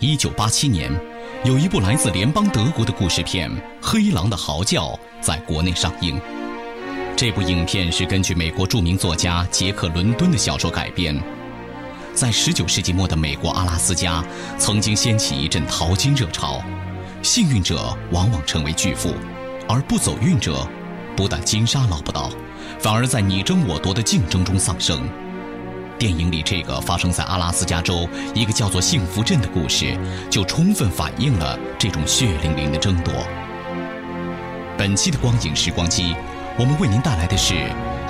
一九八七年，有一部来自联邦德国的故事片《黑狼的嚎叫》在国内上映。这部影片是根据美国著名作家杰克·伦敦的小说改编。在19世纪末的美国阿拉斯加，曾经掀起一阵淘金热潮，幸运者往往成为巨富，而不走运者，不但金沙捞不到，反而在你争我夺的竞争中丧生。电影里这个发生在阿拉斯加州一个叫做幸福镇的故事，就充分反映了这种血淋淋的争夺。本期的光影时光机，我们为您带来的是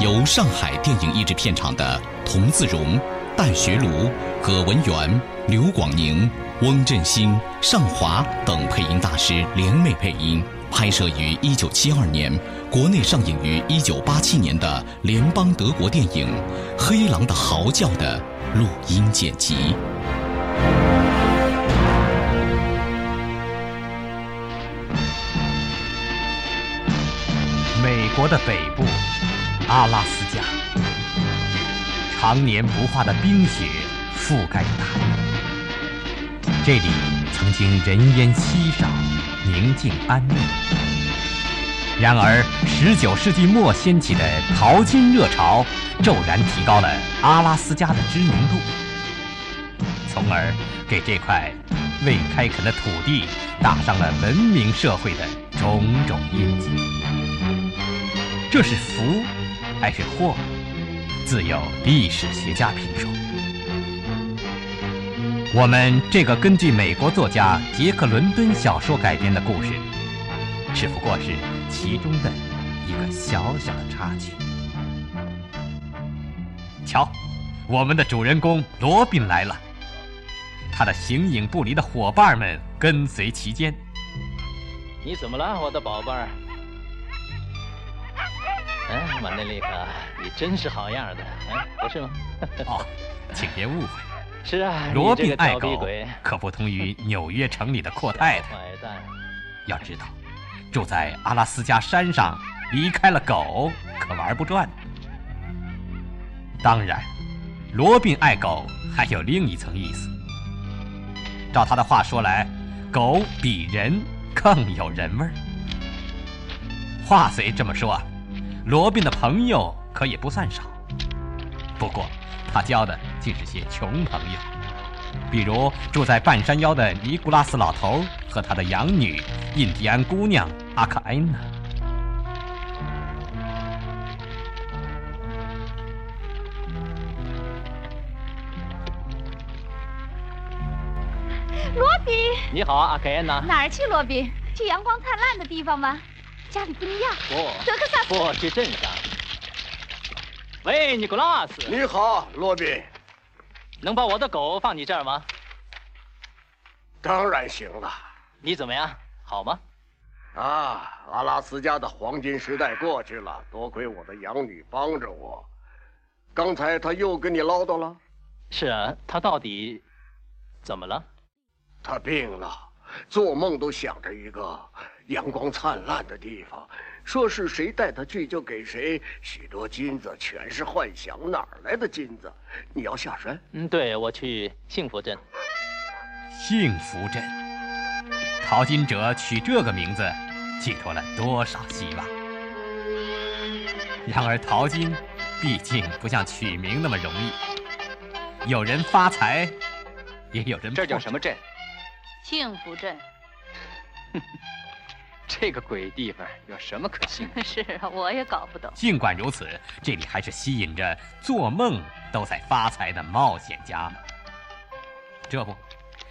由上海电影译制片厂的童自荣、戴学儒、葛文元、刘广宁、翁振兴、尚华等配音大师联袂配音，拍摄于1972年，国内上映于1987年的联邦德国电影《黑狼的嚎叫》的录音剪辑。美国的北部，阿拉斯加，常年不化的冰雪覆盖着大地。这里曾经人烟稀少，宁静安宁。然而，19世纪末掀起的淘金热潮，骤然提高了阿拉斯加的知名度，从而给这块未开垦的土地打上了文明社会的种种印记。这是福还是祸？自有历史学家评说。我们这个根据美国作家杰克·伦敦小说改编的故事，只不过是其中的一个小小的插曲。瞧，我们的主人公罗宾来了，他的形影不离的伙伴们跟随其间。你怎么了，我的宝贝儿？哎，马内利卡，你真是好样的，哎，不是吗？哦，请别误会，是啊， 你罗这宾个爱调皮狗鬼，可不同于纽约城里的阔太太。坏蛋，要知道，住在阿拉斯加山上，离开了狗可玩不转。当然，罗宾爱狗还有另一层意思。照他的话说来，狗比人更有人味儿。话虽这么说，罗宾的朋友可也不算少。不过，他交的尽是些穷朋友。比如住在半山腰的尼古拉斯老头和他的养女印第安姑娘阿卡埃娜。罗宾，你好啊，阿凯恩呐。哪儿去？罗宾，去阳光灿烂的地方吗？加利福尼亚、德不，克萨斯。不去镇上。喂，尼古拉斯，你好，罗宾，能把我的狗放你这儿吗？当然行了。你怎么样？好吗？啊，阿拉斯加的黄金时代过去了，多亏我的养女帮着我。刚才她又跟你唠叨了，是啊，他到底怎么了？她病了，做梦都想着一个阳光灿烂的地方，说是谁带她去就给谁许多金子，全是幻想，哪儿来的金子？你要下山？嗯，对，我去幸福镇。幸福镇。淘金者取这个名字，寄托了多少希望？然而淘金，毕竟不像取名那么容易。有人发财，也有人这叫破什么镇？幸福镇， 这个鬼地方有什么可信的？ 是啊，我也搞不懂。尽管如此，这里还是吸引着做梦都在发财的冒险家们。这不，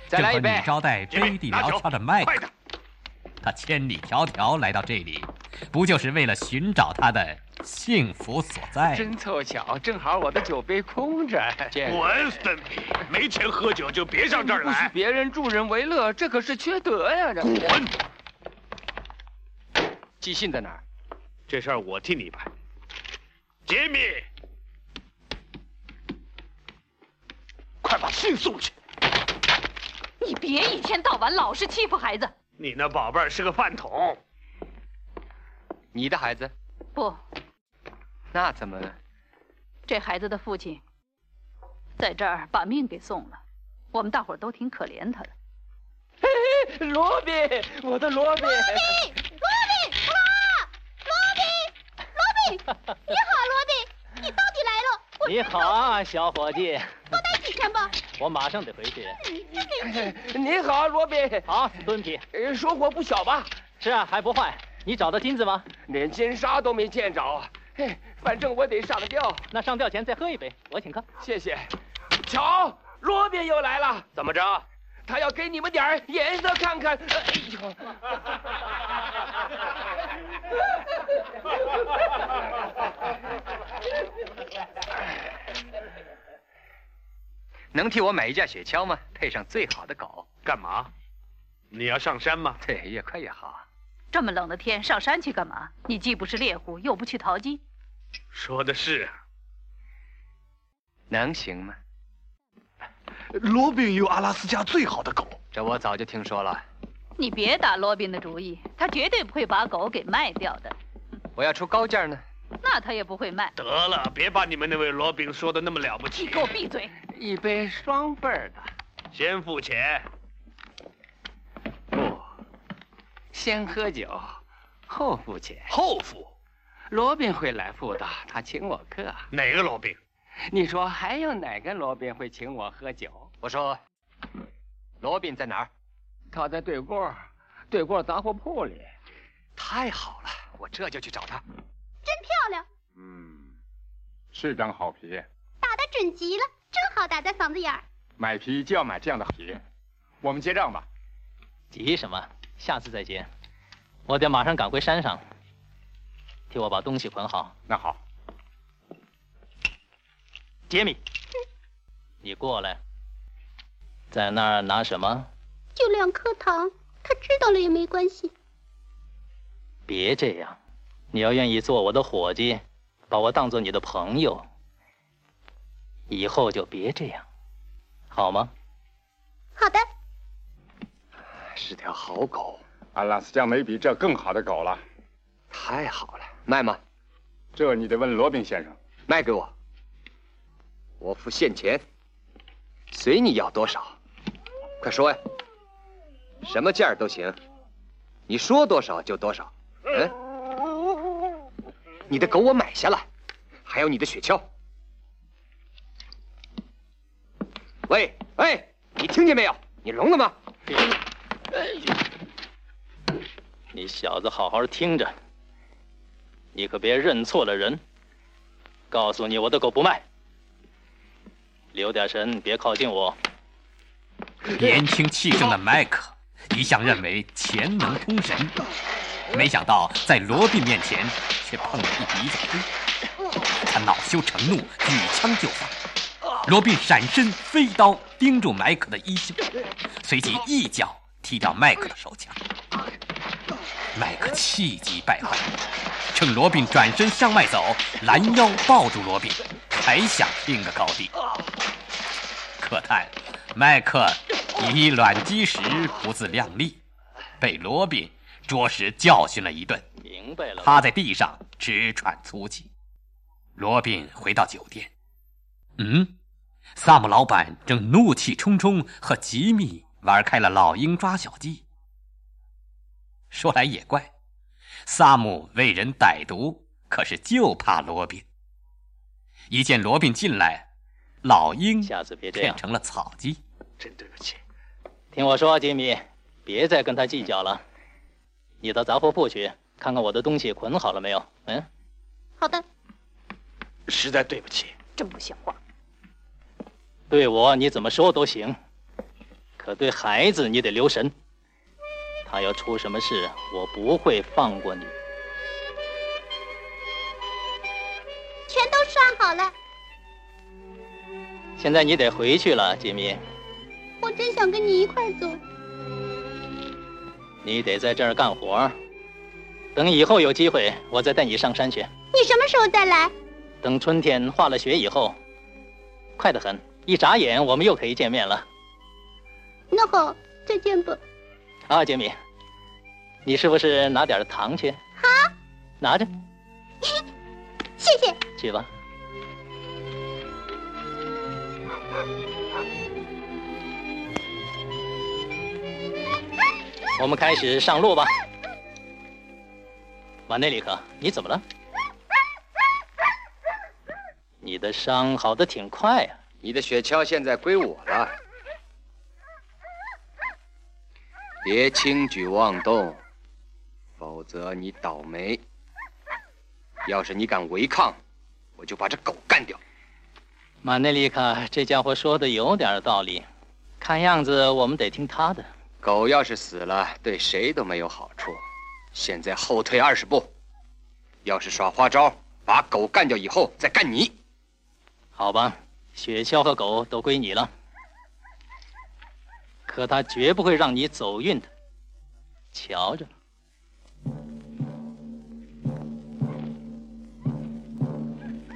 再正来和一杯你招待杯地聊天的麦克，他千里迢迢来到这里，不就是为了寻找他的幸福所在？真 凑巧，正好我的酒杯空着。这滚，森比！没钱喝酒就别上这儿不许来！别人助人为乐，这可是缺德呀！这滚！寄信在哪儿？这事儿我替你办。杰米，快把信送去。你别一天到晚老是欺负孩子，你那宝贝儿是个饭桶，你的孩子？不，那怎么了？这孩子的父亲在这儿把命给送了，我们大伙儿都挺可怜他的。罗宾，我的罗宾。你好，罗宾，你到底来了？我你好啊，小伙计，待几天吧。我马上得回去。嗯，对不起，你好，罗宾，好，蹲皮。呃收获不小吧？是啊，还不坏。你找到金子吗？连金沙都没见着啊！嘿，反正我得上吊，那上吊前再喝一杯，我请客。谢谢。瞧，罗宾又来了，怎么着？他要给你们点儿颜色看看。哎呦！能替我买一架雪橇吗？配上最好的狗。干嘛？你要上山吗？对，越快越好。这么冷的天上山去干嘛？你既不是猎户，又不去淘金，说的是。啊能行吗？罗宾有阿拉斯加最好的狗，这我早就听说了。你别打罗宾的主意，他绝对不会把狗给卖掉的，我要出高价呢。那他也不会卖。得了，别把你们那位罗宾说的那么了不你起给。我闭嘴！一杯双倍儿的，先付钱，不，先喝酒，后付钱。后付。罗宾会来付的，他请我客。哪个罗宾？你说还有哪个罗宾会请我喝酒？我说，罗宾在哪儿？他在对过儿，对过儿杂货铺里。太好了，我这就去找他。真漂亮，嗯，是张好皮，打得准极了，正好打在嗓子眼儿。买皮就要买这样的皮。我们结账吧。急什么？下次再见。我得马上赶回山上，替我把东西捆好。那好，杰米，你过来，在那儿拿什么？就两颗糖，他知道了也没关系。别这样，你要愿意做我的伙计，把我当做你的朋友，以后就别这样，好吗？好的，是条好狗，阿拉斯加没比这更好的狗了，太好了，卖吗？这你得问罗宾先生。卖给我，我付现钱，随你要多少，快说呀，什么价儿都行，你说多少就多少。嗯，你的狗我买下了，还有你的雪橇。喂喂，你听见没有？你聋了吗？你小子好好听着，你可别认错了人。告诉你，我的狗不卖。留点神，别靠近我。年轻气盛的麦克一向认为钱能通神，没想到在罗宾面前却碰了一鼻子灰。他恼羞成怒，举枪就发。罗宾闪身飞刀盯住麦克的衣袖，随即一脚踢掉麦克的手枪。麦克气急败坏，趁罗宾转身向外走，拦腰抱住罗宾，还想定个高低。可叹麦克以卵击石，不自量力，被罗宾着实教训了一顿，明白了。趴在地上直喘粗气。罗宾回到酒店，嗯，萨姆老板正怒气冲冲和吉米玩开了老鹰抓小鸡。说来也怪，萨姆为人歹毒，可是就怕罗宾。一见罗宾进来，老鹰下次别这变样。成了草鸡。真对不起。听我说，吉米，别再跟他计较了。你到杂货铺去看看我的东西捆好了没有？嗯，好的，实在对不起，真不像话。对我你怎么说都行，可对孩子你得留神，他要出什么事，我不会放过你。全都算好了，现在你得回去了，杰米，我真想跟你一块走。你得在这儿干活儿。等以后有机会，我再带你上山去。你什么时候再来？等春天化了雪以后，快得很，一眨眼我们又可以见面了。那好，再见吧。啊，杰米，你是不是拿点糖去？好，拿着，谢谢。去吧。我们开始上路吧。瓦内里克，你怎么了？你的伤好的挺快啊。你的雪橇现在归我了，别轻举妄动，否则你倒霉。要是你敢违抗，我就把这狗干掉。马内利卡，这家伙说的有点道理，看样子我们得听他的。狗要是死了，对谁都没有好处。现在后退二十步，要是耍花招，把狗干掉以后再干你。好吧，雪橇和狗都归你了，可他绝不会让你走运的。瞧着，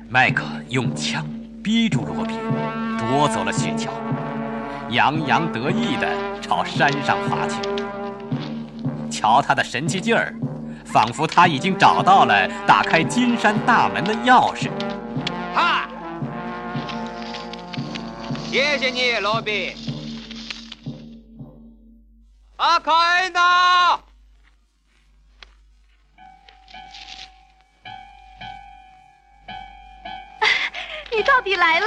麦克用枪逼住罗宾，夺走了雪橇，洋洋得意地朝山上爬去。瞧他的神气劲儿，仿佛他已经找到了打开金山大门的钥匙。哎哈！谢谢你，罗比。阿凯恩呢？你到底 来了！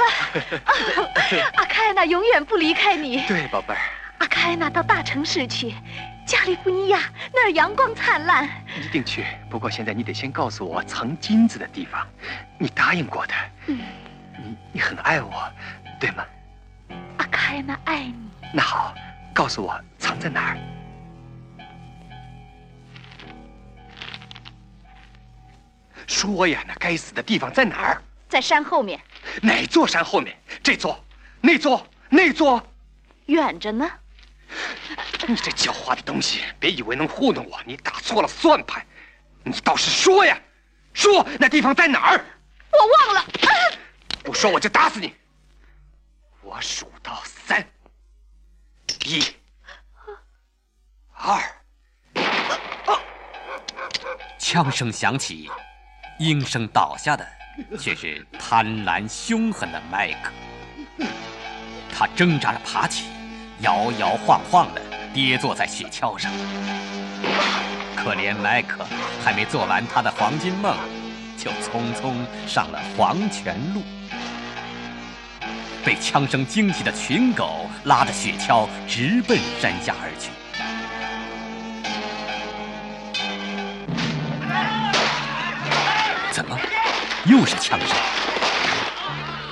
阿开娜永远不离开你。对，宝贝儿，阿开娜到大城市去，加利福尼亚那儿阳光灿烂。一定去。不过现在你得先告诉我藏金子的地方，你答应过的。嗯，你你很爱我，对吗？阿开娜爱你。那好，告诉我藏在哪儿。说呀，那该死的地方在哪儿？在山后面，哪座山后面？这座、那座、那座？远着呢。你这狡猾的东西，别以为能糊弄我，你打错了算盘。你倒是说呀，说那地方在哪儿？我忘了。不说我就打死你！我数到三，一、二。枪声响起，应声倒下的却是贪婪凶狠的麦克。他挣扎着爬起，摇摇晃晃的跌坐在雪橇上。可怜麦克还没做完他的黄金梦，就匆匆上了黄泉路。被枪声惊起的群狗拉着雪橇直奔山下而去。怎么，又是枪声？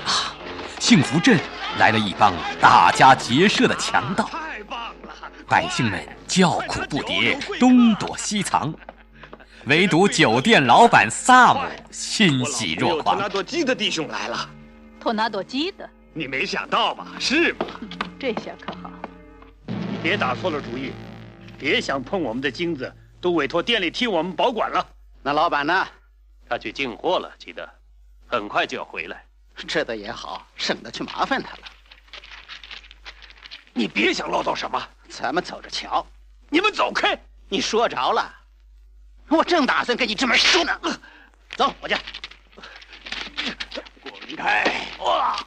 啊，幸福镇来了一帮打家劫舍的强盗，百姓们叫苦不迭，东躲西藏，唯独酒店老板萨姆欣喜若狂。纳多基的弟兄来了，托纳朵基的，你没想到吧？是吧？ 这下可好，你别打错了主意，别想碰我们的金子，都委托店里替我们保管了。那老板呢？他去进货了，记得，很快就要回来。这倒也好，省得去麻烦他了。你别想唠叨什么，咱们走着瞧。你们走开！你说着了，我正打算跟你这门输呢。走，我家。滚开！哇！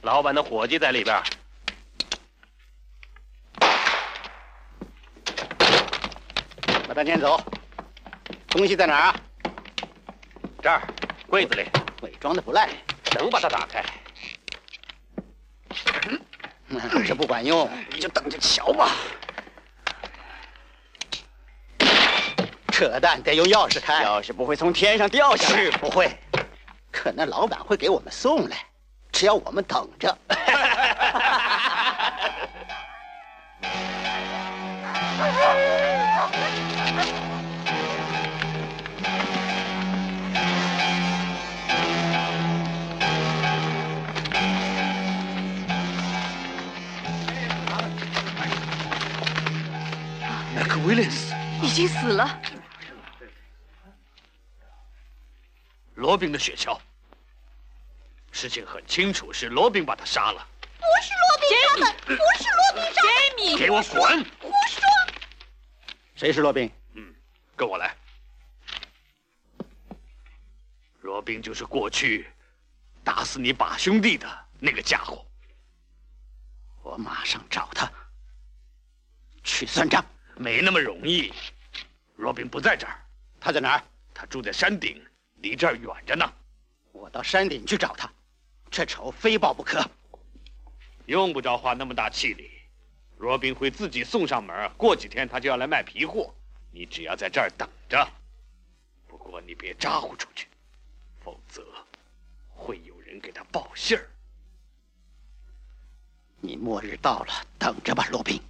老板的伙计在里边。把他撵走。东西在哪儿啊？这儿，柜子里。伪装的不赖，能把它打开。嗯这不管用，你就等着瞧吧。扯淡，得用钥匙开。钥匙不会从天上掉下来，是不会。可那老板会给我们送来，只要我们等着。麦克威廉斯，已经死了。罗宾的雪橇，事情很清楚，是罗宾把他杀了。不是罗宾杀的，不是罗宾杀的。 Jamie，给我滚！胡说！谁是罗宾？跟我来。罗宾就是过去打死你把兄弟的那个家伙。我马上找他，去算账。没那么容易。罗宾不在这儿，他在哪儿？他住在山顶，离这儿远着呢。我到山顶去找他，这仇非报不可。用不着花那么大气力，罗宾会自己送上门。过几天他就要来卖皮货，你只要在这儿等着。不过你别咋呼出去，否则会有人给他报信儿。你末日到了，等着吧，罗宾。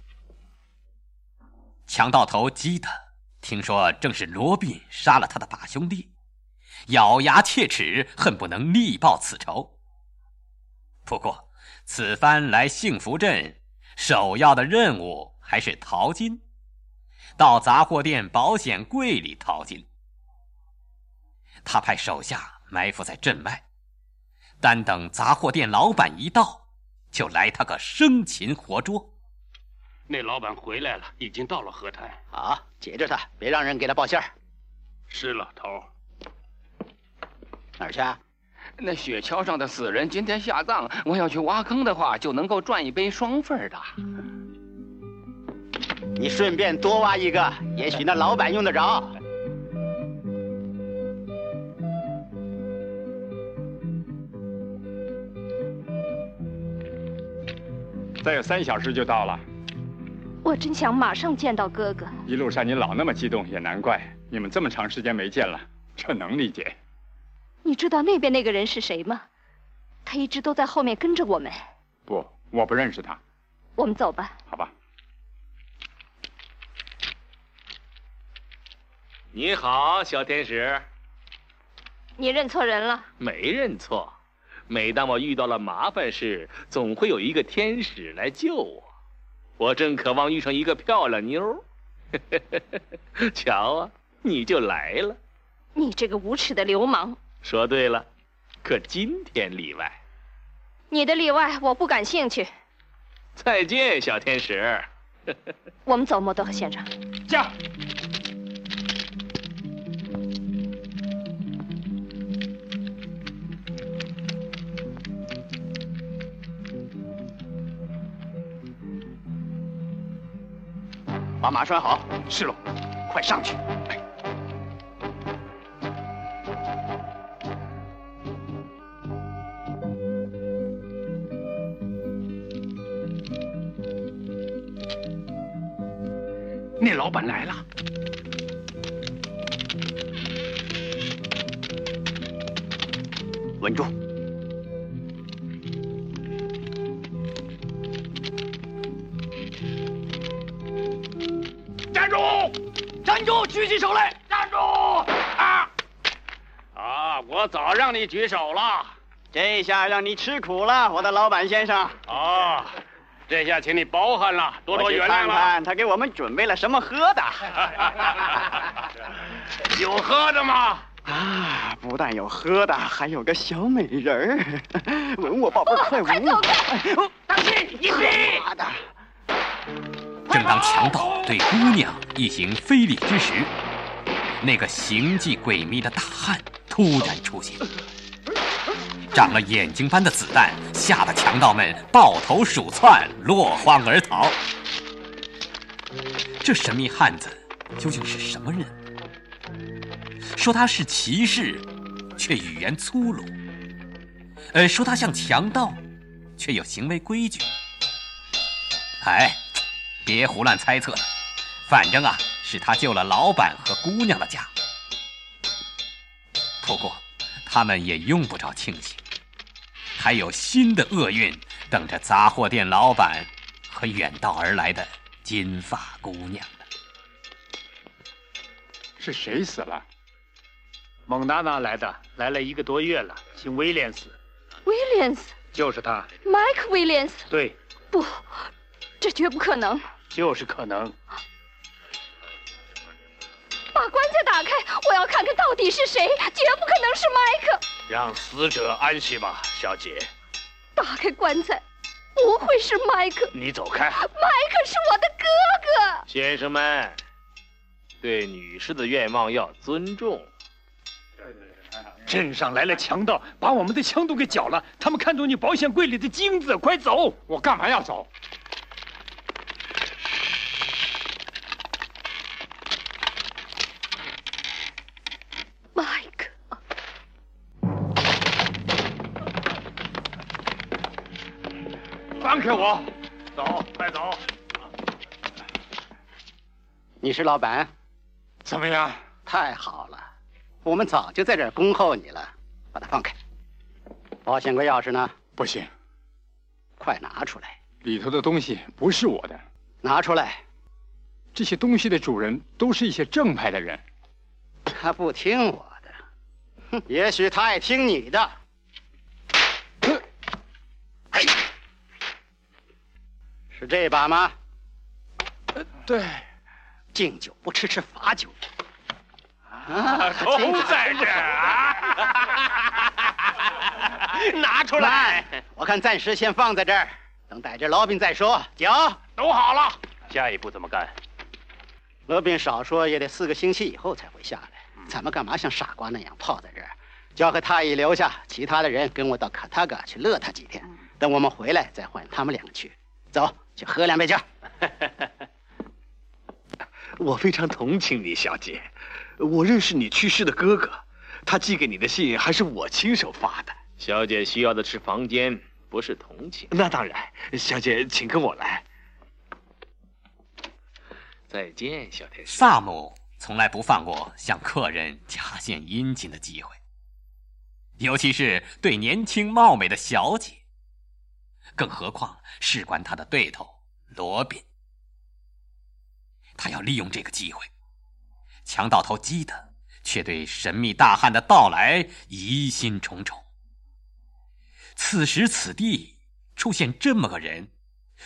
强盗头基德听说正是罗宾杀了他的把兄弟，咬牙切齿，恨不能力报此仇。不过，此番来幸福镇，首要的任务还是淘金，到杂货店保险柜里淘金。他派手下埋伏在镇外，单等杂货店老板一到，就来他个生擒活捉。那老板回来了，已经到了河滩。啊，截着他，别让人给他报信儿。是了，头。哪儿去啊？那雪橇上的死人今天下葬，我要去挖坑的话，就能够赚一杯双份儿的。你顺便多挖一个，也许那老板用得着。再有三小时就到了。我真想马上见到哥哥。一路上你老那么激动，也难怪你们这么长时间没见了，这能理解。你知道那边那个人是谁吗？他一直都在后面跟着我们。不，我不认识他。我们走吧。好吧。你好，小天使。你认错人了。没认错，每当我遇到了麻烦事，总会有一个天使来救我。我正渴望遇上一个漂亮妞儿， 瞧啊，你就来了。你这个无耻的流氓！说对了，可今天例外。你的例外我不感兴趣。再见，小天使。我们走，莫多和先生。驾。把马拴好。是喽，快上去！那老板来了。稳住！站住！站住！举起手来！站住！啊！啊！我早让你举手了。这下让你吃苦了，我的老板先生。啊，这下请你包涵了，多多原谅我去看了。看他给我们准备了什么喝 的。有喝的吗？啊，不但有喝的，还有个小美人儿， 吻我宝贝儿，快吻我！当心，隐蔽！妈的！正当强盗对姑娘一行非礼之时，那个形迹诡秘的大汉突然出现，长了眼睛般的子弹吓得强盗们抱头鼠窜，落荒而逃。这神秘汉子究竟是什么人？说他是骑士，却语言粗鲁；呃，说他像强盗，却有行为规矩。哎，别胡乱猜测了，反正啊，是他救了老板和姑娘的家。不过，他们也用不着庆幸，还有新的厄运等着杂货店老板和远道而来的金发姑娘呢。是谁死了？蒙娜娜来的，来了一个多月了，姓威廉斯， Williams，Mike 就是他。 Williams，对，不，这绝不可能！就是可能。把棺材打开，我要看看到底是谁，绝不可能是 Mike。让死者安息吧，小姐。打开棺材，不会是 Mike。你走开。 Mike 是我的哥哥。先生们，对女士的愿望要尊重。镇上来了强盗，把我们的枪都给缴了。他们看中你保险柜里的金子，快走！我干嘛要走？ Mike，放开我！走，快走！你是老板？怎么样？太好了，我们早就在这儿恭候你了。把它放开。保险柜钥匙呢？不行，快拿出来，里头的东西不是我的。拿出来！这些东西的主人都是一些正派的人。他不听我的，哼，也许他爱听你的。是这把吗？呃对，敬酒不吃吃罚酒。啊，都在这儿 啊！拿出来，我看暂时先放在这儿，等逮着老饼再说。酒都好了，下一步怎么干？罗宾少说也得四个星期以后才会下嗯来，咱们干嘛像傻瓜那样泡在这儿？交和他一留下，其他的人跟我到卡塔嘎去乐他几天，嗯等我们回来再换他们两个去。走，去喝两杯酒。 我非常同情你，小姐。我认识你去世的哥哥，他寄给你的信还是我亲手发的。小姐需要的是房间，不是同情。那当然，小姐，请跟我来。再见，小天使。萨姆从来不放过向客人夹献殷勤的机会，尤其是对年轻貌美的小姐，更何况事关他的对头罗宾。他要利用这个机会。强盗头基德却对神秘大汉的到来疑心重重。此时此地出现这么个人，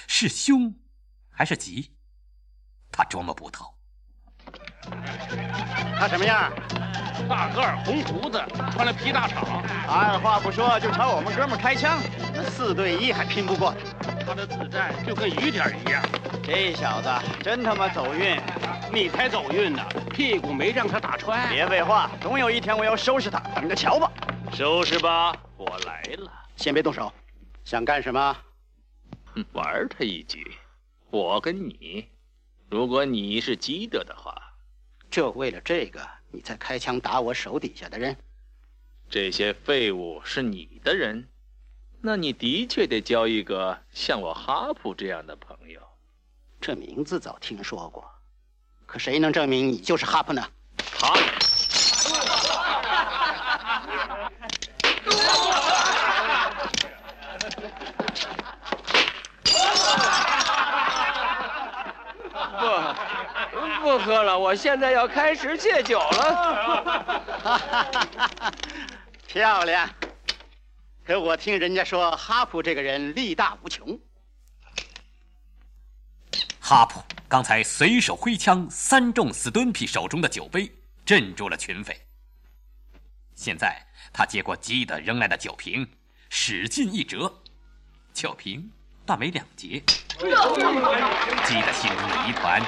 是凶还是吉？他琢磨不透。他什么样？大个儿，红胡子，穿了皮大氅，二话不说就朝我们哥们儿开枪，我们四对一还拼不过他。他的自带就跟雨点儿一样。这小子真他妈走运！你才走运呢，屁股没让他打穿。别废话，总有一天我要收拾他，等着瞧吧！收拾吧，我来了，先别动手，想干什么？嗯哼玩他一局。我跟你，如果你是基德的话，就为了这个，你才开枪打我手底下的人？这些废物是你的人，那你的确得交一个像我哈普这样的朋友。这名字早听说过，可谁能证明你就是哈普呢？好，不，不喝了，我现在要开始戒酒了。漂亮！可我听人家说，哈普这个人力大无穷。哈普刚才随手挥枪三中斯敦皮手中的酒杯，镇住了群匪。现在他接过基德扔来的酒瓶，使劲一折，酒瓶断为两截。基德心中的疑团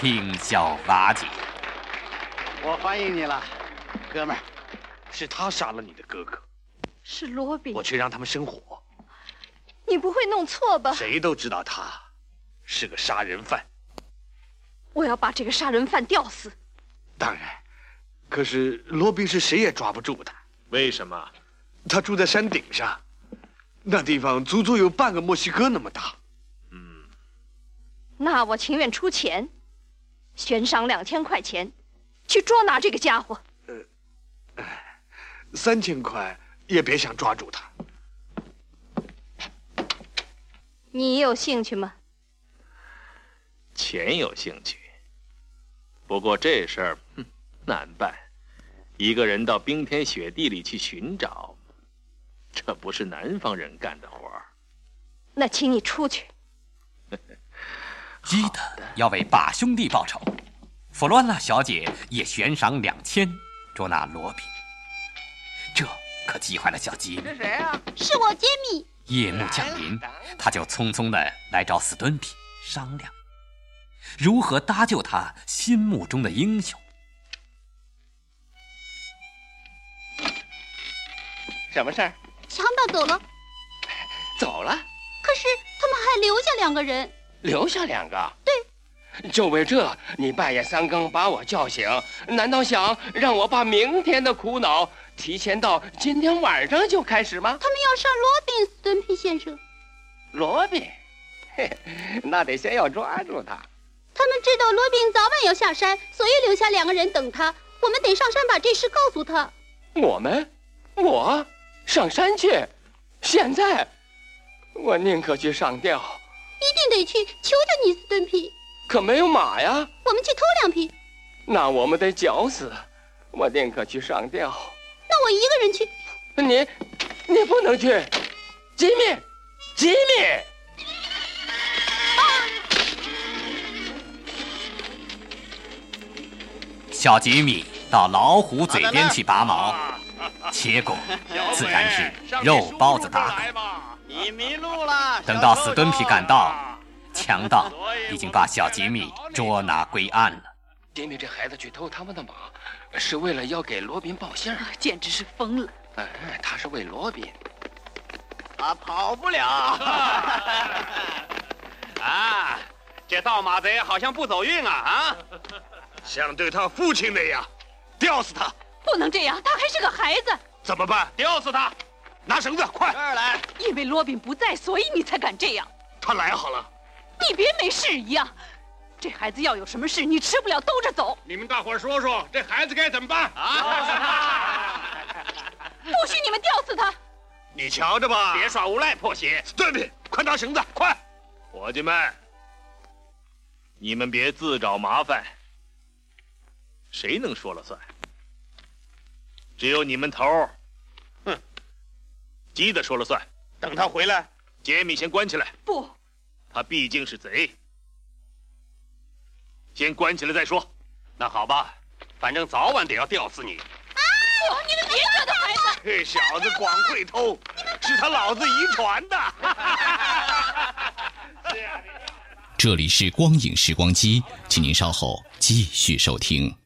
冰消瓦解。我欢迎你了，哥们儿。是他杀了你的哥哥，是罗宾我，去让他们生火。你不会弄错吧？谁都知道他是个杀人犯，我要把这个杀人犯吊死。当然，可是罗宾是谁也抓不住的。为什么？他住在山顶上，那地方足足有半个墨西哥那么大。那我情愿出钱，悬赏两千块钱，去捉拿这个家伙。呃哎三千块也别想抓住他。你有兴趣吗？钱有兴趣，不过这事儿哼难办，一个人到冰天雪地里去寻找，这不是南方人干的活儿。那请你出去。记得要为把兄弟报仇。弗罗娜小姐也悬赏两千捉拿罗宾，这可急坏了小吉米。谁啊？是我杰米。夜幕降临，他就匆匆的来找斯敦比商量，如何搭救他心目中的英雄。什么事儿？强盗走了，走了，可是他们还留下两个人。留下两个。对，就为这，你半夜三更把我叫醒，难道想让我把明天的苦恼提前到今天晚上就开始吗？他们要杀罗宾斯敦皮先生，罗宾，嘿，那得先要抓住他。他们知道罗宾早晚要下山，所以留下两个人等他。我们得上山把这事告诉他。我们，我上山去。现在，我宁可去上吊，一定得去，求求你，斯敦皮，可没有马呀。我们去偷两匹。那我们得绞死。我宁可去上吊。那我一个人去，啊你，你不能去，吉米，吉米。小吉米到老虎嘴边去拔 毛，结果自然是肉包子打狗。你迷路了。等到斯敦皮赶到，强盗已经把小吉米捉拿归案了。吉米这孩子去偷他们的马，是为了要给罗宾报信儿。简直是疯了！哎，他是为罗宾。他跑不了。 啊，这盗马贼好像不走运啊啊！像对他父亲那样，吊死他，不能这样，他还是个孩子。怎么办？吊死他，拿绳子，快！这儿来。因为罗宾不在，所以你才敢这样。他来好了，你别没事一样。这孩子要有什么事，你吃不了兜着走。你们大伙儿说说，这孩子该怎么办啊不许你们吊死他！你瞧着吧。别耍无赖破鞋！对对，快拿绳子，快！伙计们，你们别自找麻烦，谁能说了算？只有你们头儿，哼，鸡的说了算。等他回来，杰米先关起来，不，他毕竟是贼，先关起来再说。那好吧，反正早晚得要吊死你。不，你们别惹他孩子。这小子光会偷，是他老子遗传的。这里是光影时光机，请您稍后继续收听。